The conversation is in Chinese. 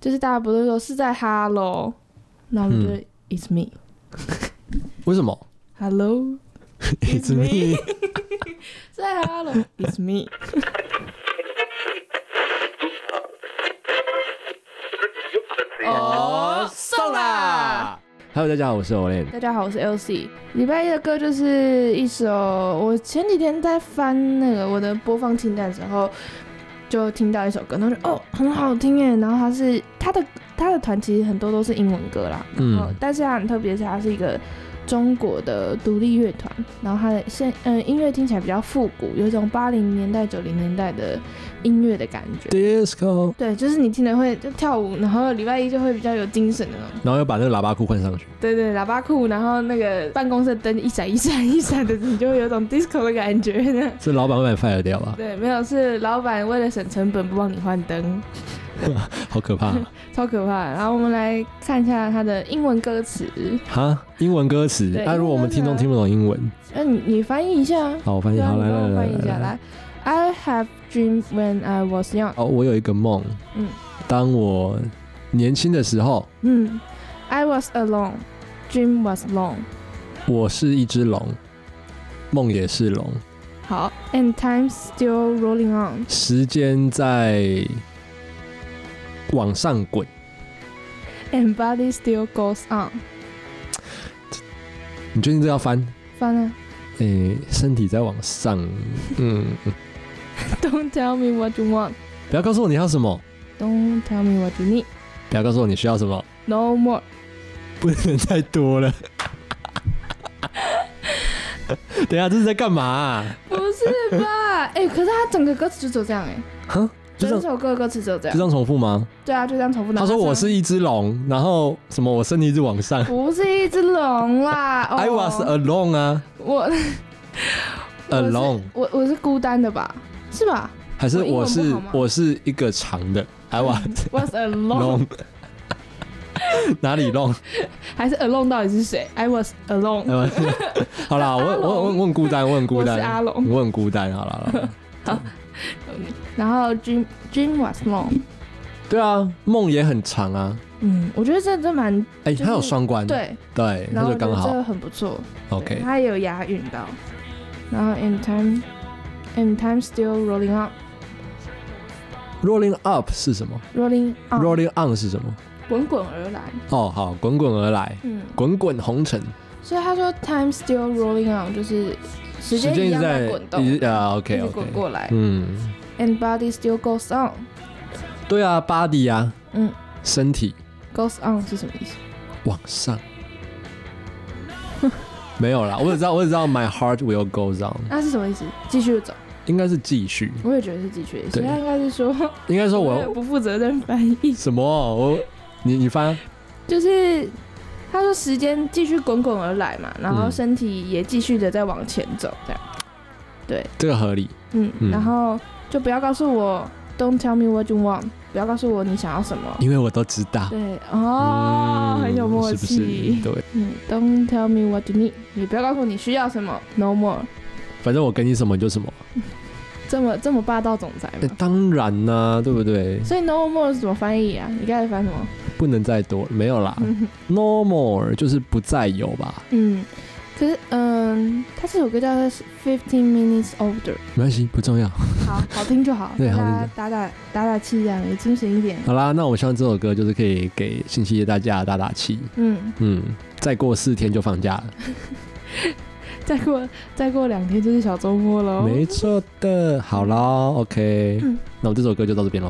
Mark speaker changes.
Speaker 1: 就是大家不是说是在 Hello，然后我就觉得 It's me
Speaker 2: 为什么
Speaker 1: Hello
Speaker 2: ？It's me。
Speaker 1: 是在 Hello It's me，哦送啦
Speaker 2: ！Hello，大家好，我是 Olen。
Speaker 1: 大家好，我是 LC。礼拜一的歌就是一首，我前几天在翻那个我的播放清单的时候，就听到一首歌，然后就哦很好听哎，然后它是它的它的团其实很多都是英文歌啦，然后
Speaker 2: 嗯
Speaker 1: 哦但是它很特别，是它是一个中国的独立乐团，然后它的现嗯、音乐听起来比较复古，有一种八零年代九零年代的音乐的感觉。
Speaker 2: ，Disco。
Speaker 1: 对，就是你听了会就跳舞，然后礼拜一就会比较有精神的那种。
Speaker 2: 然后又把那个喇叭裤换上去。
Speaker 1: 对对，喇叭裤，然后那个办公室的灯一闪一闪一闪的，你就会有种 disco 的感觉。
Speaker 2: 这老板会把你 fire 掉啊吧？
Speaker 1: 对，没有，是老板为了省成本不帮你换灯，
Speaker 2: 好可 怕、
Speaker 1: 超可怕的。然后我们来看一下它的英文歌词，
Speaker 2: 哈，英文歌词。
Speaker 1: 对
Speaker 2: 那、如果我们听众听不懂英文，
Speaker 1: 那你你翻译一下啊。
Speaker 2: 好，我翻译。
Speaker 1: 对啊
Speaker 2: 好，
Speaker 1: 你
Speaker 2: 来
Speaker 1: 帮
Speaker 2: 来
Speaker 1: 我
Speaker 2: 来
Speaker 1: 翻译一下
Speaker 2: 来来。
Speaker 1: 来。I have dreamed when I was young。
Speaker 2: 哦，我有一个梦。
Speaker 1: 嗯
Speaker 2: 当我年轻的时候，
Speaker 1: 嗯，I was alone。Dream was long。
Speaker 2: 我是一只龙，梦也是龙。
Speaker 1: 好，And time still rolling on。
Speaker 2: 时间在往上滚，
Speaker 1: And body still goes on。
Speaker 2: 你确定这要翻？
Speaker 1: 翻了。
Speaker 2: 诶、哎身体在往上，嗯，嗯
Speaker 1: Don't tell me what you want。
Speaker 2: 不要告诉我你要什么，
Speaker 1: Don't tell me what you need。
Speaker 2: 不要告诉我你需要什么，
Speaker 1: No more。
Speaker 2: 不能太 多了。等一下，这是在干嘛啊、
Speaker 1: 不是吧？ 哎、可是它整个歌词就只有这样哎、
Speaker 2: 哼，就这
Speaker 1: 整
Speaker 2: 样就
Speaker 1: 首歌的歌词只有这
Speaker 2: 这
Speaker 1: 样。
Speaker 2: 样重复吗？
Speaker 1: 对啊，就这样重复。
Speaker 2: 他说
Speaker 1: 然后
Speaker 2: 我
Speaker 1: 这
Speaker 2: 是一只龙，然后什么我身体一直往上、
Speaker 1: 样不是一只龙啦。哦
Speaker 2: i was alone 啊
Speaker 1: 我我是
Speaker 2: ，alone
Speaker 1: 我我是孤单的吧？是 吧
Speaker 2: 还是我
Speaker 1: 我英文
Speaker 2: 是
Speaker 1: 不好吗
Speaker 2: 我是一个长的，I was
Speaker 1: ？Was alone
Speaker 2: alone，哪 里 long？
Speaker 1: 还是 alone 到底是谁？I was alone。
Speaker 2: 好啦，我我我我很孤单，我很孤
Speaker 1: 我是
Speaker 2: 单，嗯
Speaker 1: 阿龙。
Speaker 2: 我很孤单，好了，好啦
Speaker 1: 然后 dream dream was long。
Speaker 2: 对啊，梦也很长啊，
Speaker 1: 嗯，我觉得这这蛮
Speaker 2: 哎、
Speaker 1: 就是
Speaker 2: 它有双关，
Speaker 1: 对，
Speaker 2: 对，
Speaker 1: 然
Speaker 2: 那
Speaker 1: 后
Speaker 2: 就
Speaker 1: 我觉
Speaker 2: 刚
Speaker 1: 得这
Speaker 2: 好
Speaker 1: 个很不错。对
Speaker 2: ，OK，
Speaker 1: 它也有押韵到。然后 in time in time still rolling on
Speaker 2: Rolling up 是什么
Speaker 1: rolling on
Speaker 2: ？Rolling on 是什么？
Speaker 1: 滚滚而来。
Speaker 2: 哦，好，滚滚而来，
Speaker 1: 嗯，
Speaker 2: 滚滚红尘，
Speaker 1: 所以他说 time still rolling on 就是时间一
Speaker 2: 一
Speaker 1: 样
Speaker 2: 直
Speaker 1: 在滚动，
Speaker 2: 一直啊
Speaker 1: 一
Speaker 2: ，OK
Speaker 1: 直
Speaker 2: OK，
Speaker 1: 滚过来。
Speaker 2: 嗯，
Speaker 1: And body still goes on，
Speaker 2: 对啊，body 啊，
Speaker 1: 嗯
Speaker 2: 身体
Speaker 1: ，goes on 是什么意思？
Speaker 2: 往上。 没有啦，我只知道，我只知道 my heart will go on，
Speaker 1: 啊那是什么意思？继续走，
Speaker 2: 应该是继续，
Speaker 1: 我也觉得是继续，所
Speaker 2: 对
Speaker 1: 以他应该是说，
Speaker 2: 应该说我
Speaker 1: 也不负责任翻译，
Speaker 2: 什么？我你你翻
Speaker 1: 就是他说时间继续滚滚而来嘛，然后
Speaker 2: 嗯
Speaker 1: 身体也继续的在往前走，这样，
Speaker 2: 这个合理，
Speaker 1: 嗯，
Speaker 2: 嗯
Speaker 1: 然后就不要告诉我 don't tell me what you want，不要告诉我你想要什么，
Speaker 2: 因为我都知道。
Speaker 1: 对，哦，
Speaker 2: 嗯
Speaker 1: 很有默
Speaker 2: 是
Speaker 1: 契。
Speaker 2: 不是对，
Speaker 1: 嗯，Don't tell me what you need，你不要告诉我你需要什么，No more，
Speaker 2: 反正我给你什么你就什么。
Speaker 1: 这么这么霸道总裁
Speaker 2: 哎、
Speaker 1: 吗？
Speaker 2: 当然啦、对不 对？
Speaker 1: 所以 No more 是怎么翻译啊？你刚才翻什么？
Speaker 2: 不能再多，没有啦。
Speaker 1: 嗯
Speaker 2: no more 就是不再有吧，
Speaker 1: 嗯，可是嗯，它这首歌叫做 Fifteen Minutes Older，
Speaker 2: 没关系，不 重要。
Speaker 1: 好好听就好，
Speaker 2: 对
Speaker 1: 大
Speaker 2: 好听
Speaker 1: 家打打打打气这样，也精神一点。
Speaker 2: 好啦，那我希望这首歌就是可以给星期一的大家打打气。
Speaker 1: 嗯，
Speaker 2: 嗯，再过四天就放假了，
Speaker 1: 再过再过两天就是小周末喽。
Speaker 2: 没错的。好啦 o k
Speaker 1: 哦嗯
Speaker 2: 那我们这首歌就到这边喽。